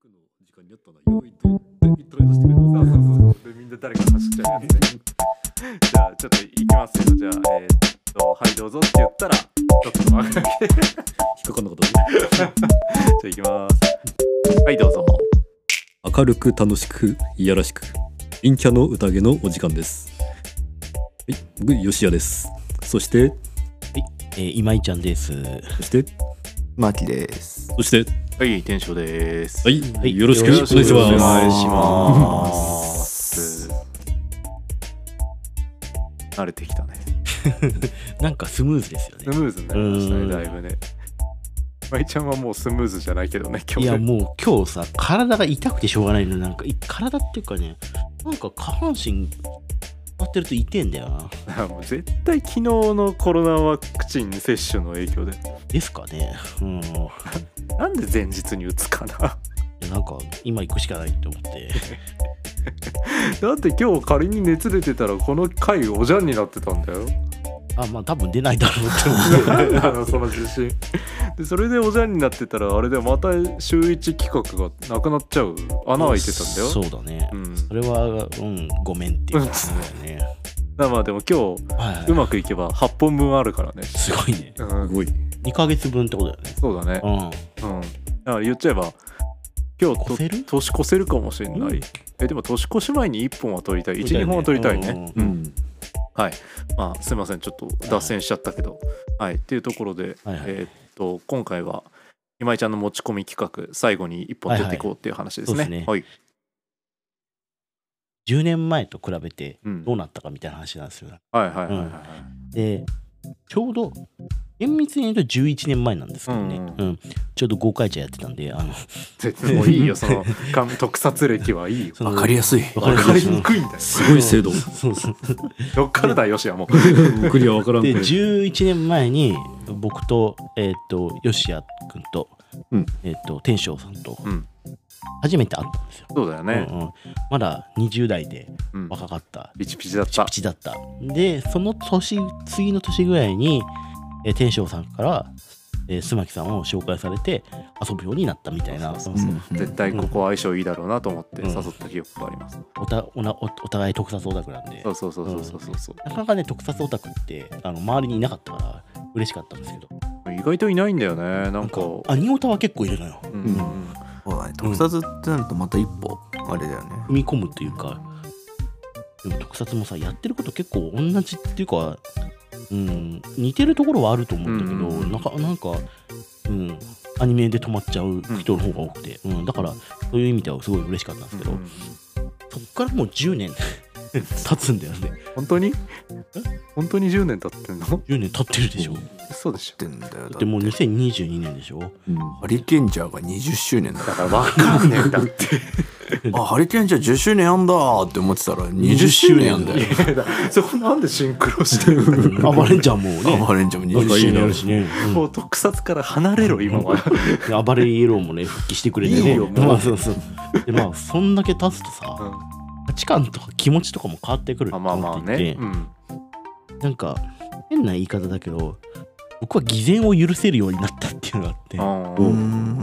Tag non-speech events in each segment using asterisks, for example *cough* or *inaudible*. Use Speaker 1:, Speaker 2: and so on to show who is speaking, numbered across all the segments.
Speaker 1: クの時間にあったな。用意とイントロ出してくれ
Speaker 2: そうそうそうそう。で、みんな誰か走っちゃうやつね。じゃあ、ちょっと行きますよ。じゃあ、えーっと、はい、どうぞって言ったら、ちょっと間が空けて。じゃ
Speaker 1: 引っかかんなかったね。
Speaker 2: あ、行きます。はい、どうぞ。。
Speaker 1: 明るく楽しくいやらしく陰キャの宴のお時間です。はい、僕吉谷です。そして
Speaker 3: えー、今井ちゃんです。
Speaker 1: そして
Speaker 4: マキです。
Speaker 1: そして
Speaker 5: はい、店長です。
Speaker 1: はい、
Speaker 3: い
Speaker 1: よろしくお願いします。
Speaker 3: よろしくお
Speaker 5: 願いします
Speaker 2: 慣れてきたね。
Speaker 3: *laughs* なんかスムーズですよ
Speaker 2: スムー
Speaker 3: ね。
Speaker 2: ズになりました
Speaker 3: う
Speaker 2: ね、
Speaker 3: ん
Speaker 2: だいぶね。まいちゃんはもうスムーズじゃないけどね、今
Speaker 3: い
Speaker 2: 日ね。
Speaker 3: やもう今日さ体が痛くてしょうがないのなんかい体っていうかねなんか下半身座ってると痛えんだよな。
Speaker 2: もう絶対昨日のコロナワクチン接種の影響で。
Speaker 3: ですかね。うん。い
Speaker 2: なんで前日に打つかな。
Speaker 3: やなんか今行くしかないって
Speaker 2: *laughs*
Speaker 3: 思って。
Speaker 2: だって今日仮に熱出てたらこの回おじゃんになってたん *laughs* だよ
Speaker 3: あまあ多分出ないだろうって思って。
Speaker 2: 何なのその自信でそれでおじゃんになってたらあれでまた週1企画がなくなっちゃう穴開いてたんだよ
Speaker 3: そうだね。
Speaker 2: うん
Speaker 3: それはうんごめんっていう感じだよね。
Speaker 2: だまあでも今日
Speaker 3: はい、はいう
Speaker 2: まくいけば8本分あるからね
Speaker 3: すごいね。
Speaker 2: うん
Speaker 1: すごい。
Speaker 3: 2ヶ月分ってことだよね。
Speaker 2: そうだね
Speaker 3: うん。
Speaker 2: うんだから言っちゃえば今日と
Speaker 3: 越せる
Speaker 2: 年越せるかもしれない、
Speaker 3: うん
Speaker 2: えでも年越し前に1本は取りたい12本は取りたいね、
Speaker 3: う
Speaker 1: う
Speaker 3: ん
Speaker 1: ん。
Speaker 2: はい、まあ、すいませんちょっと脱線しちゃったけど、はいっていうところで、
Speaker 3: はいはい
Speaker 2: えーっと今回は今井ちゃんの持ち込み企画最後に一本取っていこうっていう話ですね。
Speaker 3: は
Speaker 2: はいい、
Speaker 3: はい
Speaker 2: はい
Speaker 3: 10年前と比べて
Speaker 2: うん
Speaker 3: どうなったかみたいな話なんですよ。
Speaker 2: はいはいはいはい
Speaker 3: でちょうど厳密に言うと11年前なんですけどね、
Speaker 2: うん
Speaker 3: うんちょうど5回茶やってたんであの
Speaker 2: 絶対もういいよその監 *laughs* 特撮歴はいいよ。
Speaker 3: その
Speaker 4: わかりやすい。
Speaker 3: わ
Speaker 2: わ
Speaker 3: か
Speaker 2: か
Speaker 3: り
Speaker 2: り
Speaker 3: やすい
Speaker 2: にくいんだよ。
Speaker 1: すごい精度。
Speaker 3: *laughs* そうそう
Speaker 2: どっからだよしやもう。
Speaker 1: 僕にはわからんけ
Speaker 3: で
Speaker 1: ど。
Speaker 3: 11年前に僕とえっ、と吉谷君と,、
Speaker 1: うん
Speaker 3: えっと天翔さんと
Speaker 2: うん
Speaker 3: 初めて会ったんですよ、
Speaker 2: そうだよね
Speaker 3: う。んうんまだ20代で
Speaker 2: うん。
Speaker 3: 若かった
Speaker 2: ピチピチだっ
Speaker 3: ピ
Speaker 2: た。
Speaker 3: チだったでその年次の年ぐらいに、えー天翔さんから、えー、須磨木さんを紹介されて遊ぶようになったみたいなうん
Speaker 2: 絶対ここ相性いいだろうなと思って
Speaker 3: うん
Speaker 2: 誘った記憶があります。
Speaker 3: おたおなおお互い特撮オタクなんで
Speaker 2: そうそうそうそうそうそう。
Speaker 3: なかなかね特撮オタクってあの周りにいなかったから嬉しかったんですけど
Speaker 2: 意外といないんだよね。なんか。
Speaker 3: アニオタは結構いるのよ
Speaker 2: うんうん
Speaker 4: そうだね特撮ってなるとまた一歩、あれだよね。
Speaker 3: 踏み込むというかでも特撮もさやってること結構同じっていうか、うん、似てるところはあると思うんだけど、
Speaker 2: うん
Speaker 3: なんかなんか、うん、アニメで止まっちゃう人の方が多くて、うんだからそういう意味ではすごい嬉しかったんですけど、
Speaker 2: うんうん
Speaker 3: そっからもう10年 *laughs* 経つんだよね
Speaker 2: 本当に本当に10年経ってんの
Speaker 3: 10年経ってるでしょだ
Speaker 2: そうでし
Speaker 4: ってんだよ。だっ
Speaker 3: っててもう2022年でしょ
Speaker 1: うん
Speaker 4: ハリケンジャーが20周
Speaker 2: *laughs*
Speaker 4: 年だ
Speaker 2: ょだから分かんねえんだって
Speaker 4: あ、ハリケンジャー10周年やんだーって思ってたら20周年やんだよ。
Speaker 2: *laughs* そこなんでシンクロしてるの
Speaker 3: あ暴れんじゃんもうね
Speaker 4: *laughs* ハレンジャーも
Speaker 3: なん
Speaker 4: 20
Speaker 3: か
Speaker 4: 周
Speaker 3: いい
Speaker 4: 年
Speaker 3: ね
Speaker 4: や
Speaker 3: あ
Speaker 4: る
Speaker 3: る
Speaker 4: し。
Speaker 3: しね、
Speaker 2: もう特撮から離れろ今は
Speaker 3: うん、暴れイエローもね復帰してくれてね
Speaker 2: いいよもう
Speaker 3: まあそうそうでまあそんだけ経つとさ、価値観とか気持ちとかも変わってくる
Speaker 2: あまあまあ
Speaker 3: と思ってい
Speaker 2: ね
Speaker 3: て
Speaker 2: うん
Speaker 3: なんか変な言い方だけど僕は偽善を許せるようになったっていうのがあって
Speaker 2: あ
Speaker 4: うー
Speaker 2: ー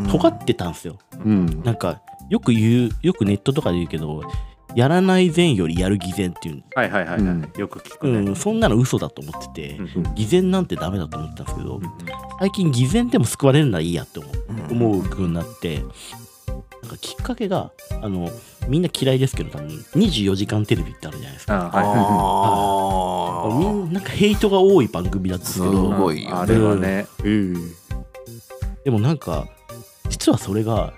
Speaker 4: ん
Speaker 3: 尖ってたんですよ
Speaker 1: うん。
Speaker 3: なんかよく言うよくネットとかで言うけどやらない善よりやる偽善っていう、
Speaker 2: はいはいはい
Speaker 1: うん
Speaker 2: はいよく聞く
Speaker 3: う
Speaker 2: ね
Speaker 3: ん、そんなの嘘だと思ってて、
Speaker 2: うん
Speaker 3: 偽善なんてダメだと思ってたんですけど、
Speaker 2: うん
Speaker 3: 最近偽善でも救われるならいいやって思う
Speaker 4: うん
Speaker 3: 思うようになってなんかきっかけがあのみんな嫌いですけど多分24時間テレビってあるじゃないですか
Speaker 2: あーは
Speaker 4: あ
Speaker 3: みんなんかヘイトが多い番組だったんですけ
Speaker 4: す
Speaker 3: ど
Speaker 2: い
Speaker 4: ごいよね
Speaker 2: あれはね
Speaker 1: ええ。
Speaker 3: でもなんか実はそれが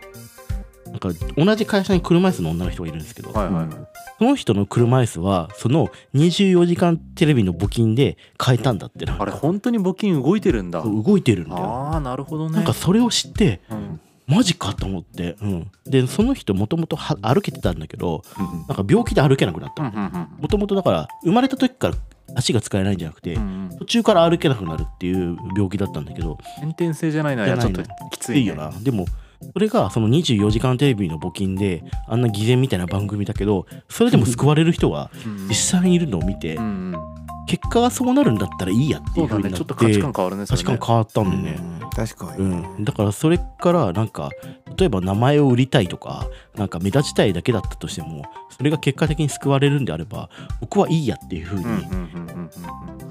Speaker 3: なんか同じ会社に車椅子の女の人がいるんですけど、
Speaker 2: はいはいはい
Speaker 3: その人の車椅子はその24時間テレビの募金で買えたんだってなんか
Speaker 2: あれ本当に募金動いてるんだ
Speaker 3: 動いてるんだよ
Speaker 2: ああなるほどね
Speaker 3: なんかそれを知って
Speaker 2: うん
Speaker 3: マジかと思って、うん、でその人もともとは歩けてたんだけど
Speaker 1: うん
Speaker 3: なんか病気で歩けなくなっ
Speaker 2: う
Speaker 3: た
Speaker 2: んうん
Speaker 3: もともとだから生まれた時から足が使えないんじゃなくて、
Speaker 2: うんうん
Speaker 3: 途中から歩けなくなるっていう病気だったんだけど
Speaker 2: 先天性じゃないなや
Speaker 3: じ
Speaker 2: ち
Speaker 3: ゃ
Speaker 2: ょっと
Speaker 3: ないの
Speaker 2: きつ
Speaker 3: い
Speaker 2: い
Speaker 3: い
Speaker 2: ね
Speaker 3: よなでもそれがその24時間テレビの募金であんな偽善みたいな番組だけどそれでも救われる人が
Speaker 2: うん
Speaker 3: 実際にいるのを見て、
Speaker 2: うんうん
Speaker 3: 結果がそうなるんだったらいいやっ
Speaker 2: そ
Speaker 3: ていう
Speaker 2: う
Speaker 3: ふ
Speaker 2: だ
Speaker 3: うにな
Speaker 2: ね。
Speaker 3: っ
Speaker 2: ちょ
Speaker 3: て
Speaker 2: っと価値観変わるね。それ
Speaker 3: 価
Speaker 2: ね
Speaker 3: 値観変わったんでね、
Speaker 4: うん確か
Speaker 3: う
Speaker 4: に。
Speaker 3: ん、だからそれからなんか例えば名前を売りたいとかなんか目立ちたいだけだったとしてもそれが結果的に救われるんであれば僕はいいやっていう風
Speaker 2: うん
Speaker 3: に
Speaker 2: うん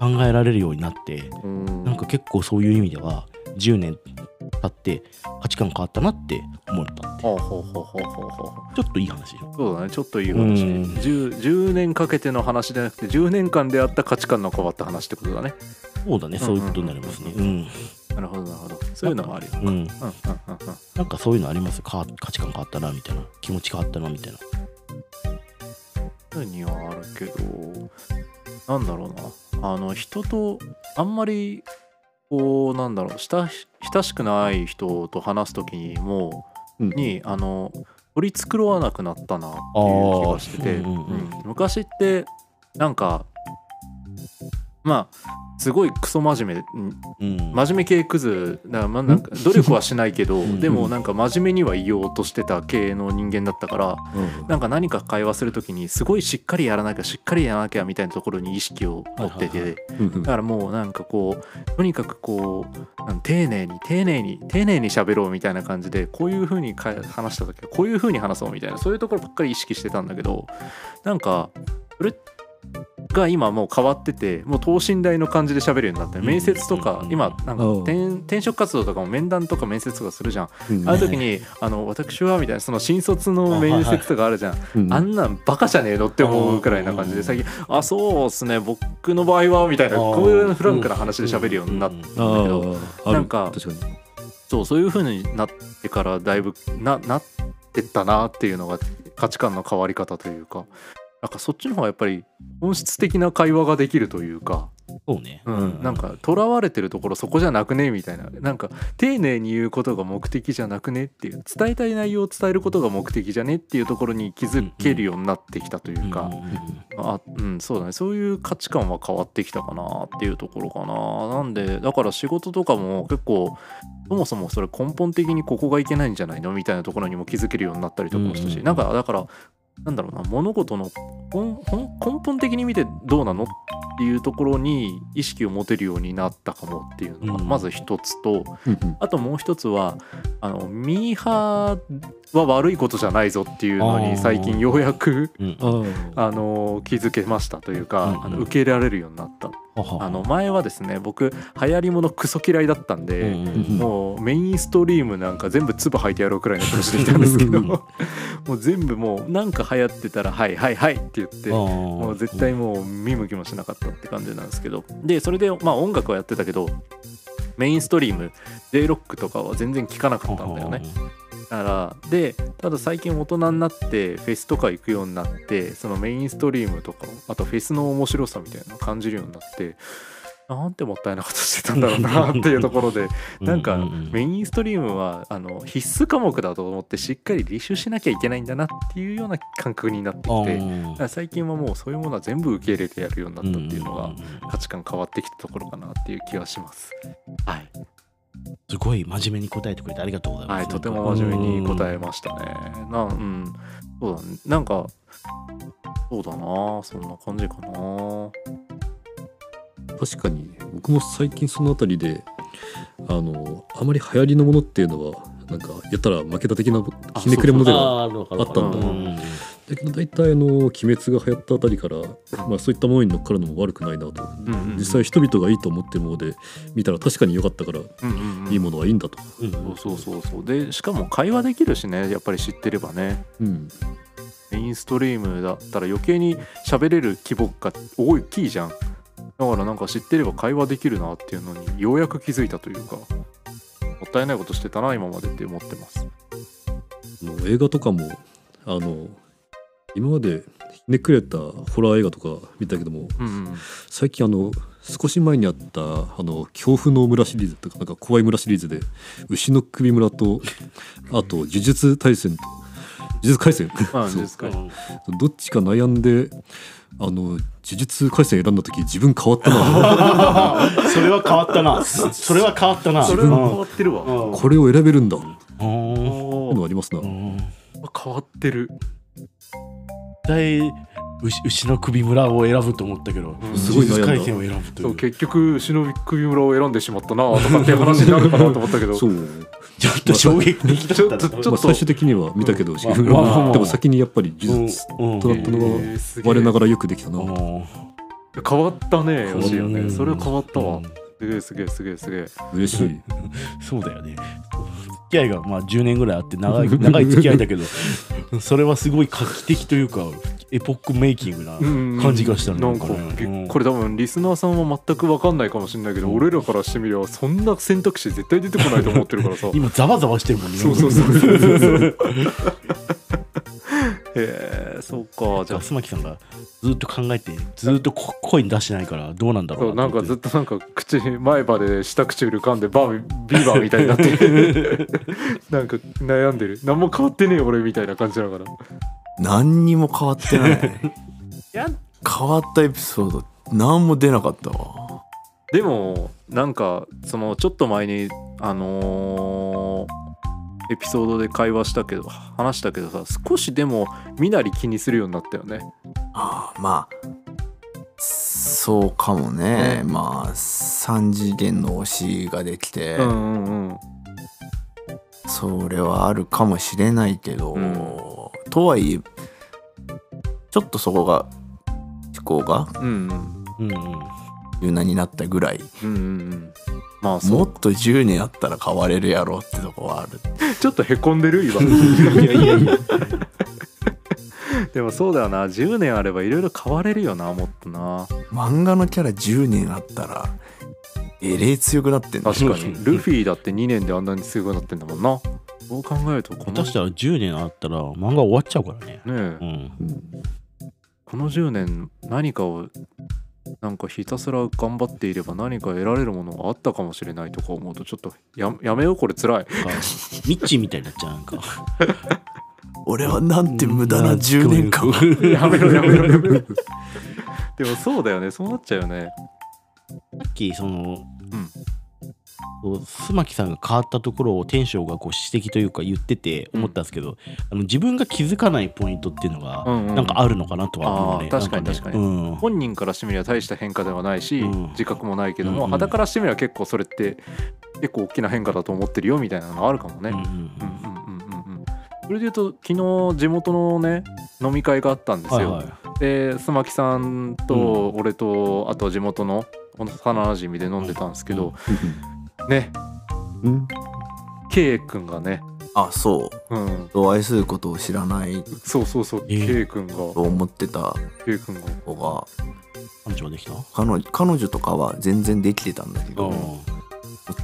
Speaker 2: うん
Speaker 3: 考えられるようになって、
Speaker 2: うんうん。
Speaker 3: なんか結構そういう意味では10年経って価値観変わったなって思ったって
Speaker 2: ほうほうほうほうほうほう。
Speaker 3: ちょっといい話よ
Speaker 2: そうだね、ちょっといい話ね、
Speaker 3: うん
Speaker 2: 10, 10年かけての話じゃなくて10年間であった価値観の変わった話ってことだね
Speaker 3: そうだねそういうことになりますねうん
Speaker 2: なるほどなるほどそういうのもあるよ
Speaker 3: うん、
Speaker 2: うんうんうんうん
Speaker 3: なんかそういうのありますか価値観変わったなみたいな気持ち変わったなみたいな
Speaker 2: にはあるけどなんだろうなあの人とあんまりこうなんだろう親し親しくない人と話す時にも
Speaker 1: うん
Speaker 2: にあの取り繕わなくなったなって
Speaker 3: あ
Speaker 2: いう気
Speaker 3: ー
Speaker 2: がしてて、
Speaker 3: うんうんうん
Speaker 2: うん昔ってなんかまあすごいクソ真面目に
Speaker 3: うん
Speaker 2: 真面目系クズな,、まあ、なんか努力はしないけど
Speaker 3: ん
Speaker 2: でもなんか真面目には言おうとしてた系の人間だったから
Speaker 1: うん
Speaker 2: なんか何か会話する時にすごいしっかりやらなきゃしっかりやらなきゃみたいなところに意識を持って
Speaker 3: はいはい
Speaker 2: て
Speaker 1: うんうん
Speaker 2: だからもうなんかこうとにかくこううん丁寧に丁寧に丁寧に喋ろうみたいな感じでこういう風にか話した時はこういう風に話そうみたいなそういうところばっかり意識してたんだけどなんかそれが今もう変わっててもう等身大の感じで喋るようになって
Speaker 3: うん
Speaker 2: 面接とか
Speaker 3: うん
Speaker 2: 今なんか
Speaker 1: うん
Speaker 2: 転転職活動とかも面談とか面接とかするじゃ
Speaker 1: う
Speaker 2: ん
Speaker 1: ん
Speaker 2: あの時に「あの私は」みたいなその新卒の面接とかあるじゃん
Speaker 1: うん
Speaker 2: あんなんバカじゃねえのって思うくらいな感じで最近「あそうっすね僕の場合は」みたいな
Speaker 3: あー
Speaker 2: こういうフランクな話で喋るようになっ
Speaker 3: んん
Speaker 1: あ
Speaker 3: ん
Speaker 1: ーある
Speaker 2: なんか
Speaker 1: 確かに
Speaker 2: そうそういう風になってからだいぶななってったなっていうのが価値観の変わり方というかなんかそっちの方がやっぱり本質的な会話ができるというか、
Speaker 3: そうね
Speaker 2: うん
Speaker 3: うん
Speaker 2: なんかとらわれてるところそこじゃなくねみたいななんか丁寧に言うことが目的じゃなくねっていう伝えたい内容を伝えることが目的じゃねっていうところに気づけるようになってきたというか。
Speaker 3: うんうんうん
Speaker 2: あうんそうだねそういう価値観は変わってきたかなっていうところかななんでだから仕事とかも結構そもそもそれ根本的にここがいけないんじゃないのみたいなところにも気づけるようになったりとかもしたし、
Speaker 3: うんうん
Speaker 2: なんかだからなんだろうな物事の根本根本的に見てどうなのっていうところに意識を持てるようになったかもっていうのが
Speaker 3: うん
Speaker 2: まず一つと、
Speaker 1: うんうん
Speaker 2: あともう一つはあのミーハーは悪いことじゃないぞっていうの
Speaker 3: あー
Speaker 2: に最近ようやく
Speaker 3: うん
Speaker 1: あー
Speaker 2: あの気づけましたというか、
Speaker 3: うんうん
Speaker 2: あの受け入れられるようになった
Speaker 3: はは
Speaker 2: あの前はですね僕流行りものクソ嫌いだったんで、
Speaker 3: うんうんうん
Speaker 2: もうメインストリームなんか全部粒吐いてやろうくらいの気持ちでいたんですけど *laughs* もう全部もうなんか流行ってたら「はいはいはい」って言っても
Speaker 3: も
Speaker 2: う絶対もう見向きもしなかったって感じなんですけどでそれでまあ音楽はやってたけどメインストリーム j ロックとかは全然聴かなかったんだよね。だからでただ最近大人になってフェスとか行くようになってそのメインストリームとかをあとフェスの面白さみたいなのを感じるようになってなんてもったいなことしてたんだろうなっていうところ *laughs* でなんかメインストリームはあの必須科目だと思ってしっかり履修しなきゃいけないんだなっていうような感覚になってきてだから最近はもうそういうものは全部受け入れてやるようになったっていうのが価値観変わってきたところかなっていう気がします。はい、
Speaker 3: すごい真面目に答えてくれてありがとうございます。
Speaker 2: はい、とても真面目に答えましたね。な、うん、そうだね。なんか、そうだな、そんな感じかな。
Speaker 1: 確かに僕も最近そのあたりであのあまり流行りのものっていうのはなんかやったら負けた的な
Speaker 2: あ
Speaker 1: ひねくれ
Speaker 2: そ
Speaker 1: 者
Speaker 2: う
Speaker 1: で
Speaker 2: そう
Speaker 1: は
Speaker 3: あーあ
Speaker 1: あった
Speaker 2: んだ
Speaker 1: だけど大体あの「鬼滅」が流行ったあたりから、まあ、そういったものに乗っかるのも悪くないなと、
Speaker 2: うんうんうん
Speaker 1: 実際人々がいいと思ってるもので見たら確かに良かったから
Speaker 2: うんうんうん
Speaker 1: いいものはいいんだと、
Speaker 3: うんうんうん
Speaker 2: そうそうそうそう。で、しかも会話できるしね、やっぱり知ってればね。
Speaker 1: うん、
Speaker 2: メインストリームだったら余計に喋れる規模が大きいじゃん。だからなんか知ってれば会話できるなっていうのにようやく気づいたというか、もったいないことしてたな、今までって思ってます。
Speaker 1: あの映画とかもあの今までひねくれたホラー映画とか見たけども
Speaker 2: うんうん、
Speaker 1: 最近あの少し前にあったあの恐怖の村シリーズとかなんか怖い村シリーズで牛の首村
Speaker 3: *laughs*
Speaker 1: とあと呪術対戦と呪術廻戦
Speaker 2: *laughs*
Speaker 1: *laughs*
Speaker 2: まあ、
Speaker 1: そう
Speaker 2: ですか。
Speaker 1: どっちか悩んであの呪術廻戦選んだ時自分変わった
Speaker 3: *laughs*
Speaker 1: な
Speaker 3: それは変わったな。それは変わったな。
Speaker 2: それは変わってるわ。
Speaker 3: うん
Speaker 1: これを選べるんだって
Speaker 3: うん
Speaker 1: いうのありますな、
Speaker 3: うん
Speaker 2: 変わってる。
Speaker 3: 絶対牛牛の首村を選ぶと思ったけど、
Speaker 1: すごい
Speaker 3: 呪
Speaker 1: 悩んだ
Speaker 3: 術廻戦を選ぶと
Speaker 6: そ
Speaker 3: いうう
Speaker 6: 結局忍び首村を選んでしまったなとかっていう話になるかなと思ったけど
Speaker 1: *laughs* そう、
Speaker 3: ちょっと衝撃的
Speaker 6: ちょ
Speaker 3: だ
Speaker 6: っ
Speaker 3: った
Speaker 6: と
Speaker 3: な
Speaker 6: ちょ
Speaker 1: まあ、
Speaker 6: っと
Speaker 1: 最終的には見たけど、
Speaker 3: まあまあまあ
Speaker 1: でも先にやっぱり呪術
Speaker 3: うんうん
Speaker 1: となったのが
Speaker 6: えーすげえ
Speaker 1: 我ながらよくできたな、
Speaker 3: う
Speaker 6: 変わったね
Speaker 3: ん
Speaker 6: よしよねそれは変わったわ
Speaker 3: うん
Speaker 6: すげえすげえすげえすげえ
Speaker 1: 嬉しい
Speaker 3: そうだよね付き合いがまあ10年ぐらいあって長
Speaker 6: *laughs*
Speaker 3: い長い付き合いだけどそれはすごい画期的というかエポックメイキングな感じがしたね
Speaker 6: なんか
Speaker 3: なんかねうん
Speaker 6: びこれ多分リスナーさんは全く分かんないかもしれないけど、
Speaker 3: うん
Speaker 6: 俺らからしてみればそんな選択肢絶対出てこないと思ってるからさ
Speaker 3: 今ざわざわしてるもんね
Speaker 6: そうそうそうそうそうそうへえそうかじ
Speaker 3: じ
Speaker 6: ゃ
Speaker 3: ゃ
Speaker 6: あ
Speaker 3: あ須巻さんがずっと考えてずっとこ声に出してないからどうなんだろ
Speaker 6: そううなん
Speaker 3: と
Speaker 6: か
Speaker 3: 思
Speaker 6: ず
Speaker 3: っ
Speaker 6: ってとなんか口前歯で下唇噛んでバービビーバーみたいになってなんか悩んでる何も変わってねえ俺みたいな感じだから
Speaker 4: 何にも変わってない
Speaker 2: や
Speaker 4: 変わったエピソード何も出なかったわ
Speaker 2: でもなんかそのちょっと前にあのーエピソードで会話したけど話したけどさ少しでも身なり気にするようになったよね
Speaker 4: あーまあそうかもね、まあ3次元の推しができて、
Speaker 2: うんうんうん
Speaker 4: それはあるかもしれないけど、
Speaker 2: うん
Speaker 4: とはいえちょっとそこが思考が
Speaker 2: うんうん
Speaker 3: うんうん
Speaker 4: 柔軟になったぐらい
Speaker 2: うんうんうんまあそ
Speaker 4: も
Speaker 2: う
Speaker 4: っと10年あったら変われるやろってとこはある
Speaker 6: ちょっとへこんでる
Speaker 2: *laughs*
Speaker 6: 今
Speaker 3: いやいやいや
Speaker 2: でもそうだよな10年あればいろいろ変われるよなもっとな
Speaker 4: 漫画のキャラ10年あったらえれえ強くなってんの
Speaker 2: 確かにルフィだって2年であんなに強くなってんだもんなそう考えるとこの
Speaker 3: 下手したら10年あったら漫画終わっちゃうからね
Speaker 2: ねえ
Speaker 3: うん
Speaker 2: この10年何かをなんかひたすら頑張っていれば何か得られるものがあったかもしれないとか思うとちょっとややめようこれつ
Speaker 3: *laughs*
Speaker 2: らい
Speaker 3: なんかミッチーみたいになっちゃうなんか
Speaker 4: 俺はなんて無駄な10年間
Speaker 2: やめろやめ *laughs* ろやめろでもそうだよねそうなっちゃうよね
Speaker 3: さっきその、そう須巻さんが変わったところを天翔がこう指摘というか言ってて思ったんですけど、あの自分が気づかないポイントっていうのが
Speaker 2: うんうん
Speaker 3: なんかあるのかなとは思うね。
Speaker 2: あー確かに
Speaker 3: なんね
Speaker 2: 確かに
Speaker 3: うん
Speaker 2: 本人からしてみれば大した変化ではないし、
Speaker 3: うん
Speaker 2: 自覚もないけど
Speaker 3: うん
Speaker 2: も
Speaker 3: うん
Speaker 2: 肌からしてみれば結構それって結構大きな変化だと思ってるよみたいなのがあるかもね、
Speaker 3: うん
Speaker 2: うんうんうんうんうんそれで言うと昨日地元のね飲み会があったんですよ、
Speaker 3: はいはい
Speaker 2: で須磨木さんと俺と、あと地元の幼なじみで飲んでたんですけど、ね
Speaker 1: うん
Speaker 2: K 君がね、
Speaker 4: あそう
Speaker 2: うん、
Speaker 4: 人を愛することを知らない
Speaker 2: そうそうそう、
Speaker 3: えー
Speaker 2: K 君が
Speaker 4: と思ってた
Speaker 2: K 君が
Speaker 4: 子が
Speaker 3: 彼女はできた
Speaker 4: 彼女彼女とかは全然できてたんだけど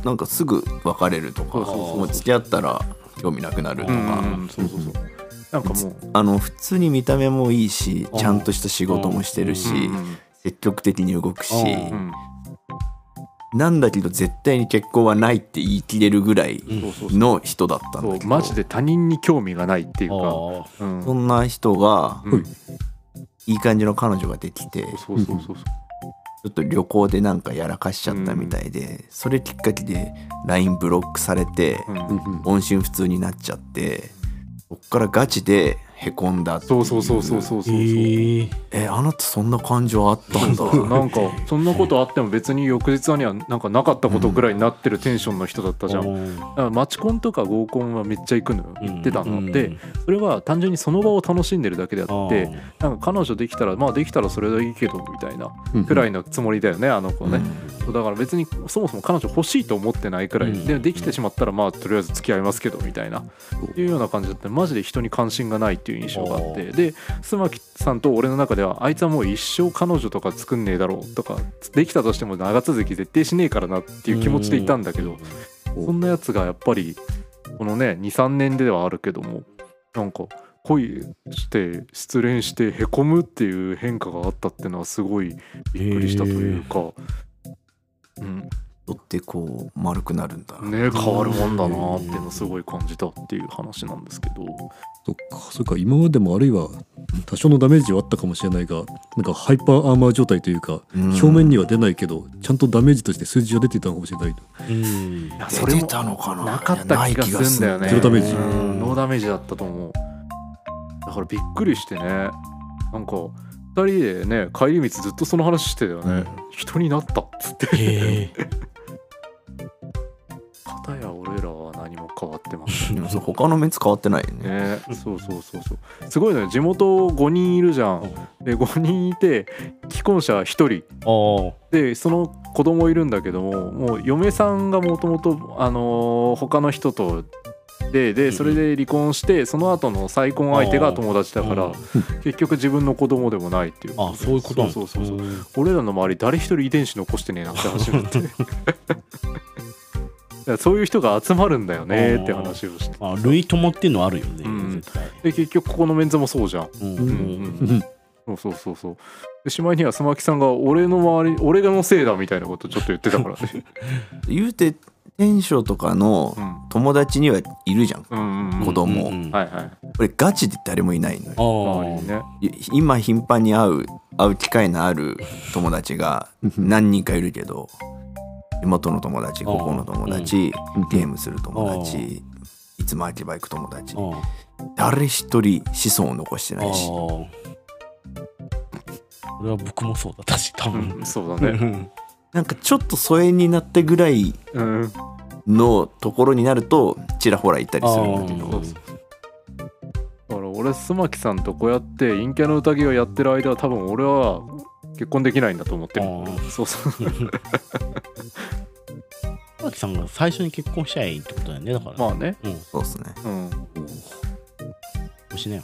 Speaker 4: なんかすぐ別れるとか
Speaker 2: そうそうそう
Speaker 4: もう付き合ったら興味なくなると
Speaker 2: う
Speaker 4: か、
Speaker 2: ん、うん、そうそうそうなんかもう
Speaker 4: あの普通に見た目もいいし
Speaker 3: うん
Speaker 4: ちゃんとした仕事もしてるし、
Speaker 2: うん
Speaker 4: 積極的に動くし、
Speaker 2: う
Speaker 3: うん
Speaker 4: なんだけど絶対に結婚はないって言い切れるぐらい
Speaker 3: うん
Speaker 2: そうそうそう
Speaker 4: の人だったん
Speaker 2: そ
Speaker 4: だ
Speaker 2: う
Speaker 4: けど
Speaker 2: マジで他人に興味がないっていう
Speaker 3: あ
Speaker 2: か、
Speaker 3: ー
Speaker 2: うん、
Speaker 4: そんな人が
Speaker 2: うん
Speaker 4: いい感じの彼女ができてち
Speaker 2: そうそうそうそう
Speaker 4: ょっと旅行でなんかやらかしちゃったみたいでそれきっかけで LINE ブロックされて
Speaker 2: うん
Speaker 1: うんうん
Speaker 4: 音信不通になっちゃってそっからガチでへこんだってい
Speaker 6: そうそうそうそうそうそうそう、
Speaker 3: へえ
Speaker 4: えあなたそんな感情あった
Speaker 2: *laughs*
Speaker 4: んだ
Speaker 6: なんかそんなことあっても別に翌日にはなんかなかったことぐらいになってるテンションの人だったじゃん、だからマチコンとか合コンはめっちゃ行くのよ行ってたの、でそれは単純にその場を楽しんでるだけであってなんか彼女できたらまあできたらそれでいいけどみたいなくらいのつもりだよねあの子はね、そうだから別にそもそも彼女欲しいと思ってないくらい、
Speaker 3: うん
Speaker 6: でできてしまったらまあとりあえず付き合いますけどみたいないうような感じだったマジで人に関心がないっていう印象があっ
Speaker 3: お
Speaker 6: てで須磨さんと俺の中ではあいつはもう一生彼女とか作んねえだろうとかできたとしても長続き絶対しねえからなっていう気持ちでいたんだけどそんなやつがやっぱりこのね23年ではあるけどもなんか恋して失恋してへこむっていう変化があったっていうのはすごいびっくりしたというか、うん、
Speaker 4: 人ってこう丸くなるんだな、
Speaker 2: ね変わるもんだなっていうのをすごい感じたっていう話なんですけど、
Speaker 1: そっかそっか今までもあるいは多少のダメージはあったかもしれないがなんかハイパーアーマー状態というか
Speaker 4: うん
Speaker 1: 表面には出ないけどちゃんとダメージとして数字が出ていたのかもしれない
Speaker 3: うん
Speaker 2: いや
Speaker 4: 出てたのかな
Speaker 2: なかった気がするんだよね
Speaker 1: ゼロダメージ
Speaker 2: うんノーダメージだったと思うだからびっくりしてねなんか人でね帰り道ずっとその話してたよね、
Speaker 3: うん
Speaker 2: 人になったっつ *laughs* って
Speaker 3: へえ。
Speaker 2: 片や俺らは何も変わってません
Speaker 4: でもそう
Speaker 3: *laughs*
Speaker 4: 他のメンツ変わってないよね
Speaker 2: ねそうそうそうそうすごいね地元5人いるじゃんで5人いて既婚者1人
Speaker 3: ああ。
Speaker 2: でその子供いるんだけどももう嫁さんがもともとあのー他の人とででそれで離婚してその後の再婚相手が友達だから、
Speaker 3: うん
Speaker 2: 結局自分の子供でもないっていう
Speaker 3: あそういうことなんだ
Speaker 2: そうそうそう
Speaker 3: うん
Speaker 2: 俺らの周り誰一人遺伝子残してねえなって話になって *laughs* だからそういう人が集まるんだよねって話をして
Speaker 3: あ類友っていうのはあるよね、
Speaker 2: うん
Speaker 3: 絶対。
Speaker 2: で結局ここのメンズもそうじゃん
Speaker 3: うん
Speaker 1: うん
Speaker 3: うん
Speaker 2: そうそうそうそうでしまいにはスマキさんが俺の周り俺のせいだみたいなことちょっと言ってたからね
Speaker 4: 言うて店長とかの
Speaker 2: *laughs* うん
Speaker 4: 友達にはいるじゃん
Speaker 2: うんうんうん
Speaker 4: 子供、
Speaker 3: うんうん
Speaker 2: はいはい
Speaker 4: これガチで誰もいないのよ
Speaker 3: あ
Speaker 2: 周りにね
Speaker 4: い今頻繁に会う会う機会のある友達が何人かいるけど地元の友達
Speaker 3: ん
Speaker 4: 高校の友達
Speaker 1: うん
Speaker 4: ゲームする友達いつも秋葉行く友達
Speaker 3: あ。
Speaker 4: 誰一人子孫を残して
Speaker 3: あ
Speaker 4: ないし
Speaker 3: あ。俺は僕もそうだったし、多分。
Speaker 2: うんそうだね
Speaker 4: なんかちょっと疎遠になってぐらい
Speaker 2: うん
Speaker 4: のところになるとちらほら行ったりするんだけ
Speaker 3: あ
Speaker 4: ど
Speaker 3: ー
Speaker 2: だから俺スマキさんとこうやって陰キャの宴をやってる間は多分俺は結婚できないんだと思ってる
Speaker 3: あ
Speaker 2: そうそう *laughs*
Speaker 3: あ。さんが最初に結婚しちゃえってことだよね、だから。
Speaker 2: まあね
Speaker 3: うん、
Speaker 4: そうっすね
Speaker 2: うん
Speaker 3: おしなよ。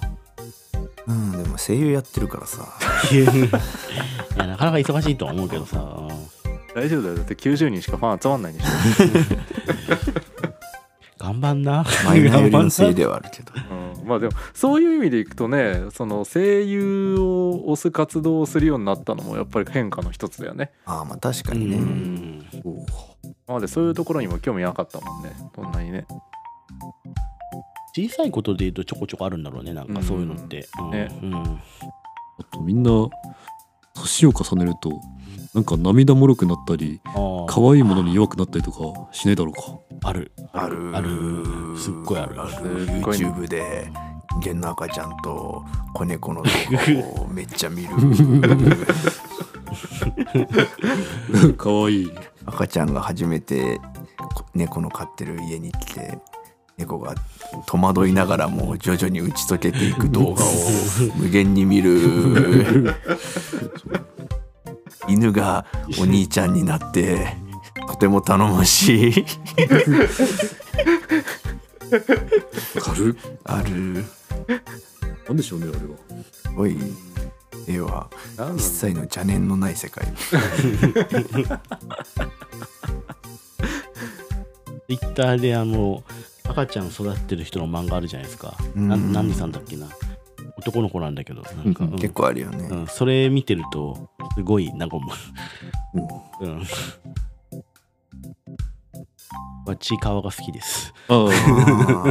Speaker 4: うんでも声優やってるからさ
Speaker 3: いや、なかなか忙しいとは思うけどさ。うん
Speaker 2: 大丈夫だよだって90人しかファン集まんないんでしょ、
Speaker 3: 頑張んな。
Speaker 4: マイナーよりのせ
Speaker 3: *laughs* 頑張んな
Speaker 4: いではあるけど
Speaker 2: *laughs* うん、まあでもそういう意味でいくとねその声優を推す活動をするようになったのもやっぱり変化の一つだよね
Speaker 4: ああまあ確か
Speaker 3: う
Speaker 4: にね、
Speaker 3: ん。
Speaker 2: 今までそういうところにも興味なかったもんねそんな *laughs* にね
Speaker 3: 小さいことで言うとちょこちょこあるんだろうね、なんかそういうのって。うん。
Speaker 2: ね
Speaker 3: うん
Speaker 1: あとみんな年を重ねるとなんか涙もろくなったり
Speaker 3: あー
Speaker 1: 可愛いものに弱くなったりとかしないだろうか
Speaker 3: ある。
Speaker 4: ある
Speaker 3: あるすっごいある
Speaker 4: あ
Speaker 2: っごい
Speaker 4: YouTube で人間の赤ちゃんと子猫の動画をめっちゃ見る
Speaker 3: *laughs*
Speaker 1: *laughs* 可愛い
Speaker 4: 赤ちゃんが初めてこ猫の飼ってる家に来て猫が戸惑いながらも徐々に打ち解けていく動画を無限に見る犬がお兄ちゃんになってとても頼もしい
Speaker 1: 軽っ
Speaker 4: ある
Speaker 1: なんでしょうねあれは
Speaker 4: すごい絵は
Speaker 2: なん
Speaker 4: 一切の邪念のない世界
Speaker 3: ツイッターであの赤ちゃん育ってる人の漫画あるじゃないですか。
Speaker 4: うん
Speaker 3: な何さんだっけな男の子なんだけどなんか、
Speaker 1: うん
Speaker 3: うん
Speaker 4: 結構あるよね、
Speaker 3: うんそれ見てるとすごいなんかもう、うん、 *laughs* わちいかわが好きです。
Speaker 1: ああ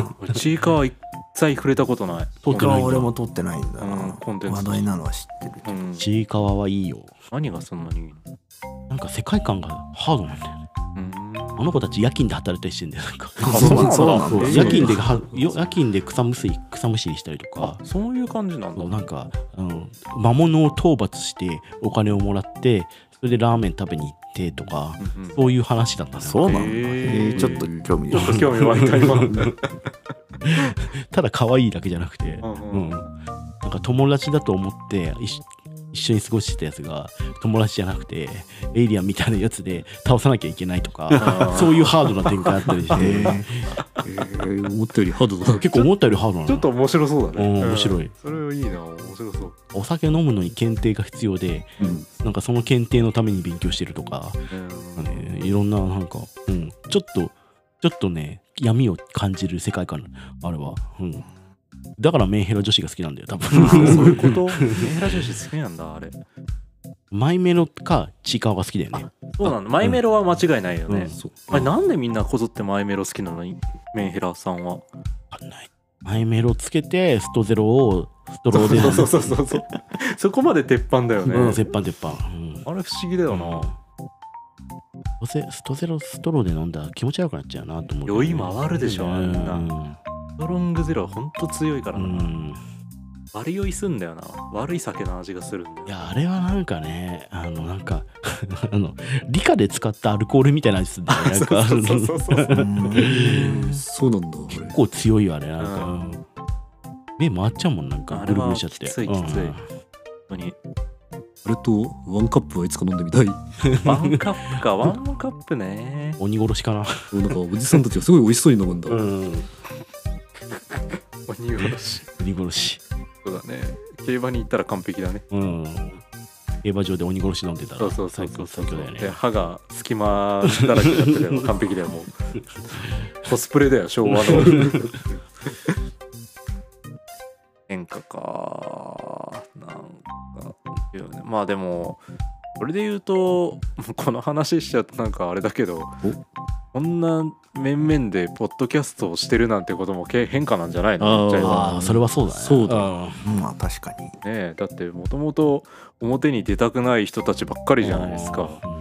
Speaker 4: あ
Speaker 2: 俺ちいかわ一切触れたことない、
Speaker 3: 撮
Speaker 4: ー
Speaker 3: って
Speaker 4: 僕
Speaker 3: な
Speaker 4: はい
Speaker 3: ん
Speaker 4: 俺
Speaker 3: だ
Speaker 4: も撮ってないんだ
Speaker 2: うん
Speaker 4: な
Speaker 2: コンテンツ
Speaker 4: 話題なのは知ってる
Speaker 2: うん、
Speaker 3: ちいかわはいいよ。
Speaker 2: 何がそんなにいいの
Speaker 3: なんか世界観がハードなんだよね。
Speaker 2: うん
Speaker 3: あの子たち夜勤で働いたりしてんだよ。なんか
Speaker 4: あそうなんだそうなんだ
Speaker 3: そう夜勤ではよ夜勤で草むしり草むしりしたりと
Speaker 2: あ
Speaker 3: か。
Speaker 2: そういう感じなんだ
Speaker 3: そうなんかあの魔物を討伐してお金をもらってそれでラーメン食べに行ってとか
Speaker 2: うんうん
Speaker 3: そういう話だったんだよ
Speaker 4: そうなんだ
Speaker 2: へー
Speaker 4: へーちょっと興味
Speaker 2: ちょ
Speaker 4: あ
Speaker 2: っと
Speaker 4: る
Speaker 2: 興味湧いた *laughs* 今うん
Speaker 3: ただ可愛いだけじゃなくて、
Speaker 2: う
Speaker 3: うん
Speaker 2: ん
Speaker 3: なんか友達だと思って一緒一緒に過ごしてたやつが友達じゃなくてエイリアンみたいなやつで倒さなきゃいけないとかそういうハードな展開あったりし
Speaker 4: へ
Speaker 3: て
Speaker 4: ー
Speaker 1: 思ったよりハードだな
Speaker 3: 結構思ったよりハードなの
Speaker 2: ちょっと面白そうだね、
Speaker 3: うん
Speaker 2: うん
Speaker 3: 面白い
Speaker 2: それいいな面白そう
Speaker 3: お酒飲むのに検定が必要で
Speaker 1: うん
Speaker 3: なんかその検定のために勉強してるとかなんかねいろんななんか、うん、ちょっとちょっとね闇を感じる世界観あれは、うん、だからメンヘラ女子が好きなんだよ多
Speaker 2: そう *laughs*
Speaker 3: 分
Speaker 2: いうことメーラ女子好きなんだあれ
Speaker 3: マイメロかチーカーが好きだよね
Speaker 2: そうなのマイメロは間違いないよね、
Speaker 3: うん
Speaker 1: そう
Speaker 2: あれなんでみんなこぞってマイメロ好きなのにメンヘラさんは
Speaker 3: わかんないマイメロつけてストゼロをストローで
Speaker 2: そうそうそうそう *laughs* そこまで鉄板だよね、
Speaker 3: うん鉄板鉄板うん
Speaker 2: あれ不思議だよな、
Speaker 3: どうせストゼロストローで飲んだら気持ち悪くなっちゃうなと思う
Speaker 2: 酔い回るでしょ
Speaker 3: う
Speaker 2: あんな
Speaker 3: うん
Speaker 2: ストロングゼロはほんと強いから
Speaker 3: う
Speaker 2: な、
Speaker 3: ん
Speaker 2: 悪酔いすんだよな悪い酒の味がするんだよ
Speaker 3: いやあれはなんかねあのなんか *laughs* あの理科で使ったアルコールみたいな味するん
Speaker 2: *laughs*
Speaker 3: だよねなんかあの結
Speaker 1: うんそうなんだあれ
Speaker 3: 構強いよあれなんか、うん目回っちゃうもんなんか
Speaker 2: あ
Speaker 3: ブ
Speaker 2: れ
Speaker 3: ルブ
Speaker 2: は
Speaker 3: ルしちゃって
Speaker 2: きついきつい
Speaker 3: うん
Speaker 2: 本当に
Speaker 1: あれとワンカップはいつか飲んでみたい
Speaker 2: ワンカップかワンカップね
Speaker 3: 鬼殺しかな
Speaker 1: なんかおじさんたちがすごい美味しそうに飲むんだ、
Speaker 3: うん
Speaker 2: 鬼殺し
Speaker 3: 鬼殺し
Speaker 2: そうだね競馬に行ったら完璧だね
Speaker 3: うん競馬場で鬼殺し飲んでた
Speaker 2: そ
Speaker 3: ら
Speaker 2: うそうそう
Speaker 3: 最
Speaker 2: そ
Speaker 3: 強
Speaker 2: う
Speaker 3: 最強だよ
Speaker 2: で
Speaker 3: ね
Speaker 2: 歯が隙間だらけだったけど完璧だよ *laughs* もうコスプレだよ昭和の変化かなんかいいよねまあでもこれで言うともうこの話しちゃうとなんかあれだけどこんな面々でポッドキャストをしてるなんてこともけ変化なんじゃないの
Speaker 1: あー
Speaker 2: 言っちゃえば
Speaker 3: ああそれはそうだね
Speaker 1: そうだ
Speaker 3: うん
Speaker 4: まあ確かに
Speaker 2: ねえだってもともと表に出たくない人たちばっかりじゃないですか
Speaker 3: うん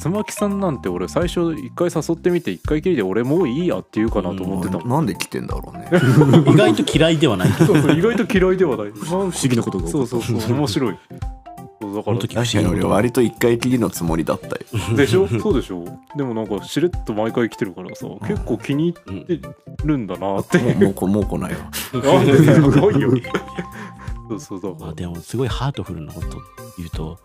Speaker 2: 妻木さんなんて俺最初一回誘ってみて一回きりで俺もういいやって言うかなと思ってたもん、
Speaker 4: なんで来てんだろうね
Speaker 3: 意外と嫌いではない
Speaker 2: *laughs*
Speaker 3: けど
Speaker 2: そうそう意外と嫌いではない不思
Speaker 1: 不思議なことが起こ
Speaker 2: そう
Speaker 1: った
Speaker 2: そうそう面白いそうだか
Speaker 3: この時
Speaker 2: ら
Speaker 4: 確かに俺割と一回きりのつもりだったよ
Speaker 2: でしょそうでしょでもなんかしれっと毎回来てるからさ結構気に入ってるんだなっていう、
Speaker 4: もうこもう来ないわ
Speaker 2: なんでだよ来いよそうそうそう
Speaker 3: まあでもすごいハートフルなこと言うと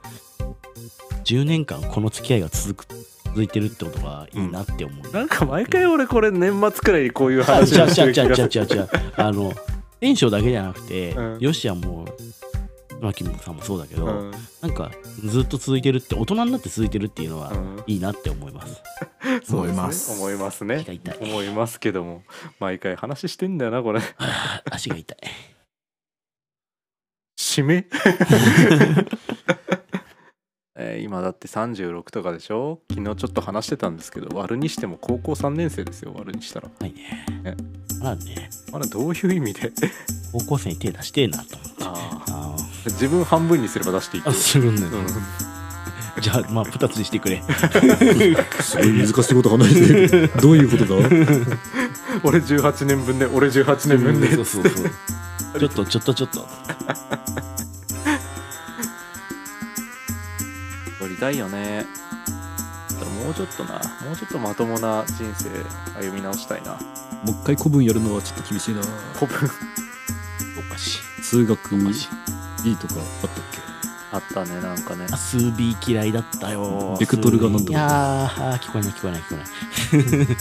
Speaker 3: 10年間この付き合いが続く続いてるってことがいいなって思う、
Speaker 2: なんか毎回俺これ年末くらいにこういう
Speaker 3: あ
Speaker 2: 話
Speaker 3: 違
Speaker 2: を
Speaker 3: う
Speaker 2: して
Speaker 3: 違う
Speaker 2: る気
Speaker 3: 違う
Speaker 2: がす
Speaker 3: 違う
Speaker 2: る
Speaker 3: 違う違
Speaker 2: *laughs*
Speaker 3: うあの店長だけじゃなくて、
Speaker 2: うん
Speaker 3: よしはもう牧野さんもそうだけど、
Speaker 2: うん
Speaker 3: なんかずっと続いてるって大人になって続いてるっていうのは、
Speaker 2: うん
Speaker 3: いいなって思います
Speaker 2: *laughs* そう
Speaker 4: 思い
Speaker 2: で
Speaker 4: ます
Speaker 2: 思いますね
Speaker 3: 痛い痛い
Speaker 2: 思いますけども毎回話してんだよなこれ
Speaker 3: あー足が痛い
Speaker 2: 締め *laughs* えー今だって36とかでしょ昨日ちょっと話してたんですけど割るにしても高校3年生ですよ割るにしたら
Speaker 3: はいね
Speaker 2: え
Speaker 3: まあね
Speaker 2: あれどういう意味で
Speaker 3: 高校生に手出してえなと思って
Speaker 2: あー
Speaker 3: あ
Speaker 2: *laughs*
Speaker 3: ー
Speaker 2: 自分半分にすれば出していく
Speaker 3: あするんだよ、
Speaker 2: うん
Speaker 3: ねじゃあまあ2つにしてくれ
Speaker 1: すごい難しいこと話して *laughs* るどういうことだ
Speaker 2: 俺18年分で俺18年分で
Speaker 3: そうそうそうちょっとちょっとちょっと
Speaker 2: 取りたいよねだからもうちょっとなもうちょっとまともな人生歩み直したいな
Speaker 1: もう一回古文やるのはちょっと厳しいな
Speaker 2: 古文
Speaker 3: おかしい
Speaker 1: 数学
Speaker 3: お
Speaker 1: B
Speaker 3: かしい
Speaker 1: とかあったっけ
Speaker 2: あったねなんかね
Speaker 3: あ数 B 嫌いだったよ
Speaker 1: ベクトルがなんとか
Speaker 3: いやーあー聞こえない聞こえない聞こえない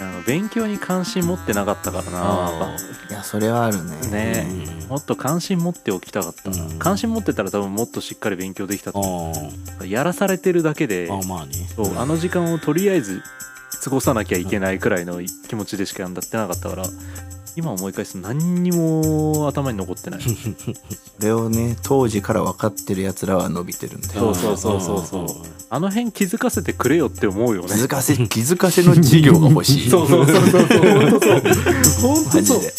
Speaker 2: あの勉強に関心持ってなかったからな
Speaker 3: あ
Speaker 4: いやそれはあるね
Speaker 2: ね
Speaker 3: うん
Speaker 2: もっと関心持っておきたかったな、
Speaker 3: うん
Speaker 2: 関心持ってたら多分もっとしっかり勉強できた
Speaker 3: あ
Speaker 2: と思
Speaker 3: ー
Speaker 2: うやらされてるだけで
Speaker 3: あーまあね
Speaker 2: そうあの時間をとりあえず過ごさなきゃいけないくらいの気持ちでしかやんだってなかったから今思い返すと何にも頭に残って
Speaker 3: *laughs*
Speaker 2: ない
Speaker 4: それをね当時から分かってるやつらは伸びてるんだ
Speaker 2: そ
Speaker 4: よ
Speaker 2: うそうそうそうそうあの辺気づかせてくれよって思うよね
Speaker 4: *laughs* 気づかせ気づかせの授業が欲しい
Speaker 2: そうそうそうそう本当そう本当
Speaker 4: マ
Speaker 2: そ
Speaker 4: ジ
Speaker 2: う
Speaker 4: で